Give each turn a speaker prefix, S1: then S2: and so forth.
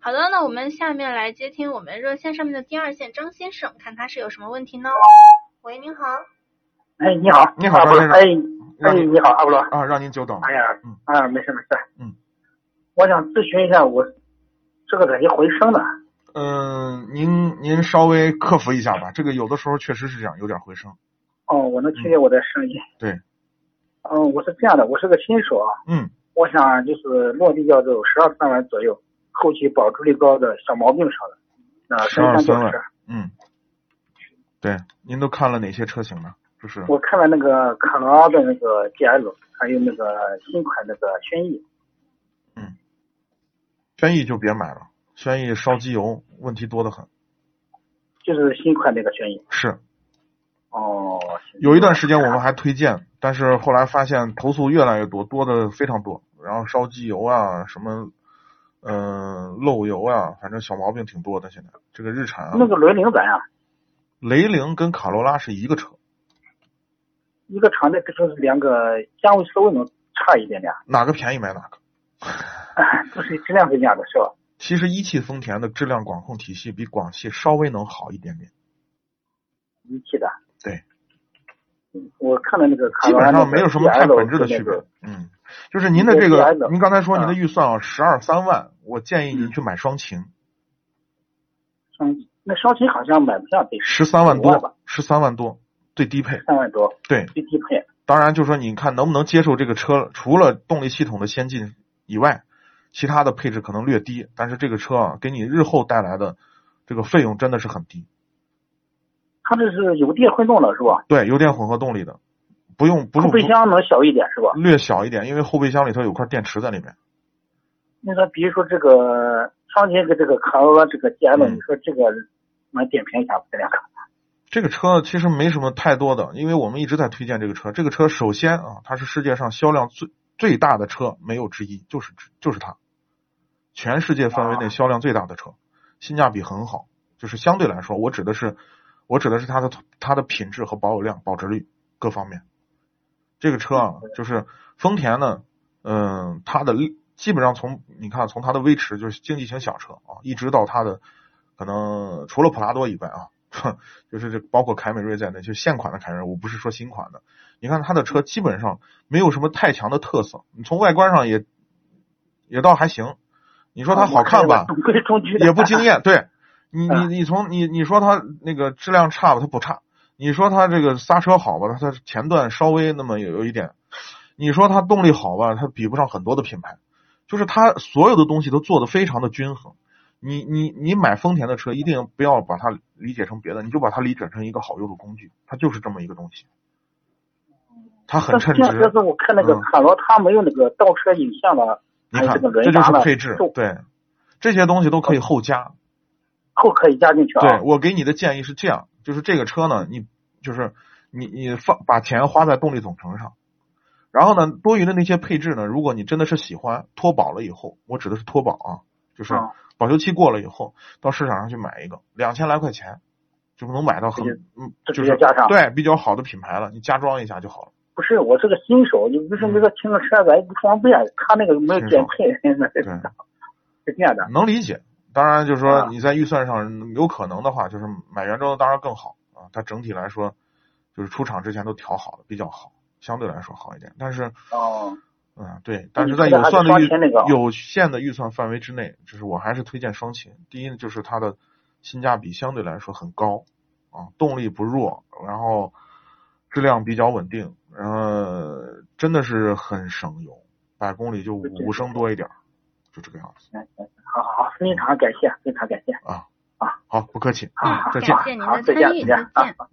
S1: 好的，那我们下面来接听我们热线上面的第二线张先生，看他是有什么问题呢？喂，您好。
S2: 哎，你好，
S3: 你好
S2: 阿布罗，
S3: 张
S2: 哎
S3: 先，
S2: 哎，
S3: 让你
S2: 你好，阿布罗，
S3: 啊，让您久等了
S2: 哎。呀
S3: 嗯，
S2: 啊，没事没事，
S3: 嗯，
S2: 我想咨询一下我这个咋一回声呢？
S3: 嗯，您您稍微克服一下吧，这个有的时候确实是这样，有点回声。
S2: 哦，我能听见我的声音。
S3: 对。
S2: 嗯，我是这样的，我是个新手啊，
S3: 嗯
S2: 我想就是落地要走十二三万左右，后期保值率高的小毛病少了，那身上就
S3: 12-13万
S2: 是
S3: 嗯，对，您都看了哪些车型呢？就是
S2: 我看了那个卡罗拉的那个 GL，还有那个新款那个轩逸，
S3: 轩逸就别买了，轩逸烧机油，问题多得很。
S2: 就是新款那个轩逸。
S3: 是
S2: 哦，行
S3: 有一段时间我们还推荐，但是后来发现投诉越来越多，多的非常多，然后烧机油啊，什么嗯、呃漏油啊，反正小毛病挺多的。现在这个日产啊，
S2: 那个轮铃咋样？
S3: 雷凌跟卡罗拉是一个车，
S2: 一个长的就是两个价位稍微能差一点点，
S3: 哪个便宜买哪个。
S2: 就是质量不一样的是吧？
S3: 其实一汽丰田的质量管控体系比广汽稍微能好一点点，
S2: 一汽的。
S3: 对
S2: 嗯。我看了那个卡
S3: 基
S2: 罗
S3: 本
S2: 拉
S3: 上没有什么太本质的区别。嗯，就是您的
S2: 那
S3: 这个
S2: 个 GL，
S3: 您刚才说您的
S2: 啊
S3: 预算啊，十二三万，我建议您去买双擎，
S2: 嗯，那双擎好像买不下，得
S3: 十三万
S2: 15吧
S3: 多，，十三万多最低配。
S2: 三万多
S3: 对，
S2: 最低配。
S3: 当然就说你看能不能接受这个车，除了动力系统的先进以外，其他的配置可能略低，但是这个车啊，给你日后带来的这个费用真的是很低。
S2: 它这是油电混动了是吧？
S3: 对，油电混合动力的，不用不
S2: 后
S3: 用
S2: 备箱能小一点是吧？
S3: 略小一点，因为后备箱里头有块电池在里面。
S2: 那个比如说这个双擎跟这个卡罗拉这个 GL，、
S3: 嗯
S2: 你说这个能点评一下这两个？
S3: 这个车其实没什么太多的，因为我们一直在推荐这个车。这个车首先啊，它是世界上销量最最大的车，没有之一，就是就是它，全世界范围内
S2: 啊
S3: 销量最大的车，性价比很好。就是相对来说，我指的是我指的是它的它的品质和保有量、保值率各方面。这个车啊，就是丰田呢，嗯、它的基本上从你看从它的威驰就是经济型小车啊，一直到它的可能除了普拉多以外啊， 就是这包括凯美瑞在内，就现款的凯美瑞，我不是说新款的。你看它的车基本上没有什么太强的特色，你从外观上也也倒还行。你
S2: 哦
S3: 说它好看吧，
S2: 中规中矩的，
S3: 也不惊艳。对你，你
S2: 嗯
S3: 你从你你说它那个质量差吧，它不差；你说它这个刹车好吧，它它前段稍微那么有有一点；你说它动力好吧，它比不上很多的品牌。就是它所有的东西都做得非常的均衡。你你你买丰田的车，一定不要把它理解成别的，你就把它理解成一个好用的工具，它就是这么一个东西。它很
S2: 但是
S3: 称
S2: 这样但
S3: 职
S2: 是，我看那个
S3: 嗯
S2: 卡罗，它没有那个倒车影像了，
S3: 你
S2: 还有
S3: 看，
S2: 这个
S3: 这
S2: 轮
S3: 就是
S2: 达了，
S3: 配置
S2: 后，
S3: 对，这些东西都可以后加。
S2: 后可以加进去啊。
S3: 对我给你的建议是这样，就是这个车呢，你就是你你放把钱花在动力总成上，然后呢，多余的那些配置呢，如果你真的是喜欢脱保了以后，我指的是脱保啊，就是
S2: 嗯
S3: 保修期过了以后，到市场上去买一个，两千来块钱就能买到很
S2: 这
S3: 嗯，
S2: 这
S3: 就
S2: 直接
S3: 是
S2: 加上
S3: 对比较好的品牌了，你加装一下就好了。
S2: 不是我这个新手，你不是
S3: 嗯
S2: 那个停个车咱也不方便，他那个没有
S3: 新手
S2: 减配， 那是
S3: 对，
S2: 是这样的。
S3: 能理解。当然，就是说
S2: 啊
S3: 你在预算上有可能的话，就是买原装的当然更好啊。它整体来说，就是出厂之前都调好了，比较好，相对来说好一点。但是，
S2: 哦，
S3: 嗯，对，
S2: 那
S3: 但
S2: 你
S3: 是
S2: 说的
S3: 在有
S2: 还
S3: 算
S2: 是
S3: 的
S2: 双
S3: 预
S2: 擎那个
S3: 有限的预算范围之内，就是我还是推荐双擎。第一呢，就是它的性价比相对来说很高啊，动力不弱，然后质量比较稳定，呃，真的是很省油，百公里就
S2: 对对
S3: 五升多一点儿，就这个样子。
S2: 好好好，非常感谢，非常感谢。
S3: 好，不客气。
S2: 好
S3: 啊
S1: 嗯
S2: 好，
S3: 再见
S1: 感谢您
S2: 好，
S1: 的
S2: 再
S1: 参
S2: 见，
S1: 与，
S2: 再见
S1: 再见
S2: 啊。